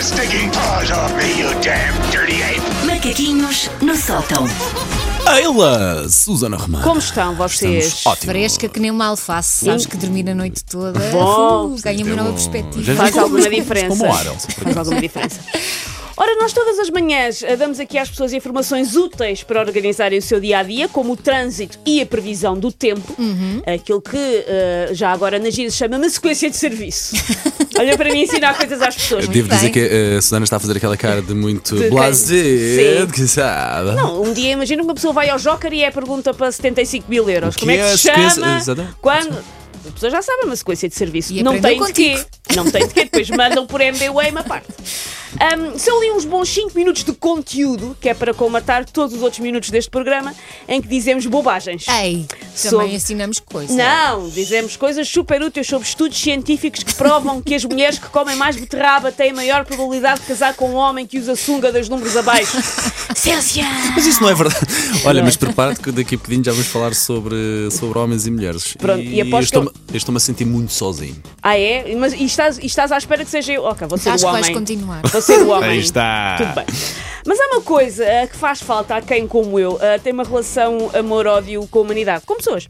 stinking paws off me, you damn dirty ape! Macaquinhos no sótão. Eila, Susana Romana. Como estão vocês? Estamos ótimos. Fresca que nem uma alface, sabes que dormir a noite toda. Bom. Uh, ganha uma nova perspectiva. Faz Como- alguma diferença. Como ar, Elsa. Faz alguma diferença. Ora, nós todas as manhãs eh, damos aqui às pessoas informações úteis para organizarem o seu dia a dia, como o trânsito e a previsão do tempo, aquilo que eh, já agora na gira se chama uma sequência de serviço. Olha para mim ensinar coisas às pessoas. Devo bem. dizer que eh, a Susana está a fazer aquela cara de muito De- blazer, Sim. que sabe. Não, um dia imagina que uma pessoa vai ao Joker e é pergunta para 75 mil euros. que Como é que é a se sequência- chama? Exatamente. Quando. As pessoas já sabem uma sequência de serviço. E não tem aprendeu de quê. Não tem de quê. Depois mandam por MBWay uma parte. Ahm, são ali uns bons 5 minutos de conteúdo, que é para colmatar todos os outros minutos deste programa, em que dizemos bobagens. Ei, Sobre- também ensinamos coisas. Não, dizemos coisas super úteis sobre estudos científicos que provam que as mulheres que comem mais beterraba têm maior probabilidade de casar com um homem que usa sunga dos números abaixo. Ciência! Mas isso não é verdade. Olha, mas prepara-te que daqui a bocadinho já vamos falar sobre, sobre homens e mulheres. Pronto, e eu aposto estou-me que eu estou-me a sentir muito sozinho. Ah, é? Mas, e, estás, e estás à espera que seja eu? Ok, vou ser Acho o que homem. vais continuar. Vou ser o homem. Aí está. Tudo bem. Mas há uma coisa ah, que faz falta a quem, como eu, ah, tem uma relação amor-ódio com a humanidade, com pessoas,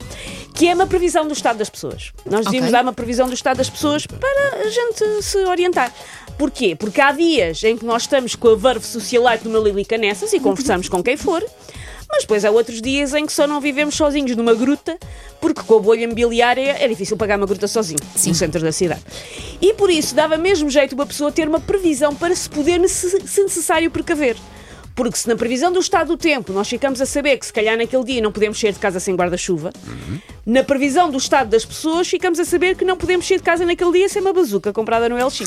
que é uma previsão do estado das pessoas. Nós devíamos Ok. dar uma previsão do estado das pessoas para a gente se orientar. Porquê? Porque há dias em que nós estamos com a verve socialite numa Lilica Nessas e conversamos com quem for, mas depois há outros dias em que só não vivemos sozinhos numa gruta, porque com a bolha imobiliária é difícil pagar uma gruta sozinho no centro da cidade. E por isso dava mesmo jeito uma pessoa ter uma previsão para se poder, nece- se necessário, precaver. Porque se na previsão do estado do tempo nós ficamos a saber que se calhar naquele dia não podemos sair de casa sem guarda-chuva, na previsão do estado das pessoas ficamos a saber que não podemos sair de casa naquele dia sem uma bazuca comprada no LX.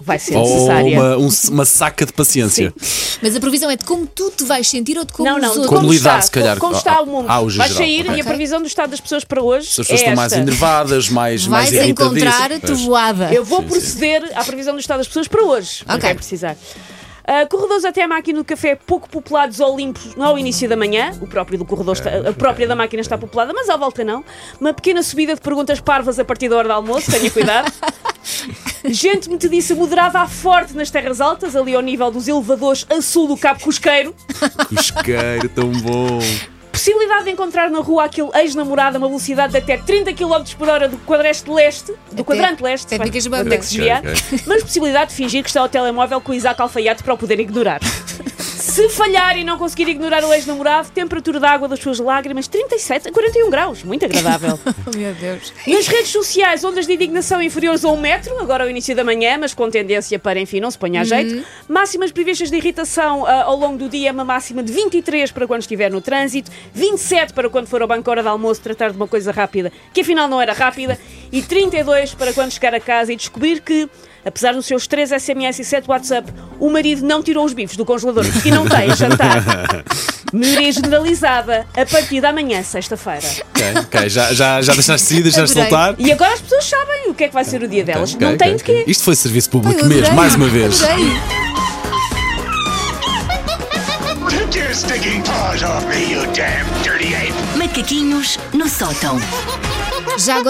Vai ser Ou necessária. uma, um- uma saca de paciência. Mas a previsão é de como tu te vais sentir ou de como Não, os não, de outros. Como lidar, está, se calhar. Como está o mundo. Ah, o Vai geral, sair ok. e a previsão do estado das pessoas para hoje Se as é pessoas estão mais esta. enervadas, mais, mais Vais irritadiças. encontrar a tovoada. Eu vou proceder à previsão do estado das pessoas para hoje. Ok. Vai precisar. Ah, corredores até à máquina do café pouco populados ou limpos ao início da manhã. O próprio do corredor está- a própria da máquina está populada, mas à volta não. Uma pequena subida de perguntas parvas a partir da hora do almoço, tenha cuidado. Gente metediça moderada à forte nas terras altas, ali ao nível dos elevadores a sul do Cabo Cusqueiro. Cusqueiro, tão bom. Possibilidade de encontrar na rua aquele ex-namorado a uma velocidade de até 30 km por hora do quadrante leste, do Até- quadrante leste, até vai- ficas vou bamba. ter que se desviar, Ok, mas possibilidade de fingir que está ao telemóvel com o Isaac Alfaiate para o poder ignorar. Se falhar e não conseguir ignorar o ex-namorado, temperatura da água das suas lágrimas 37 a 41 graus, muito agradável. Oh, meu Deus. Nas redes sociais, ondas de indignação inferiores a um metro, agora ao início da manhã, mas com tendência para, enfim, não se ponha a jeito. Máximas previstas de irritação ah, ao longo do dia, uma máxima de 23 para quando estiver no trânsito, 27 para quando for ao banco hora de almoço tratar de uma coisa rápida, que afinal não era rápida, e 32 para quando chegar a casa e descobrir que, apesar dos seus 3 SMS e 7 WhatsApp, o marido não tirou os bifes do congelador e não tem jantar. Melhoria generalizada a partir da manhã, sexta-feira. ok, ok. Já, já, já deixaste saídas, já Adorei. soltar. E agora as pessoas sabem o que é que vai ser o dia delas. Ok, não têm ok, de ok. quê. Isto foi serviço Ai, eu público adorei. mesmo, mais uma vez. Adorei. Take your stinking paws off me, you damn dirty ape! Macaquinhos no sótão. Já agora.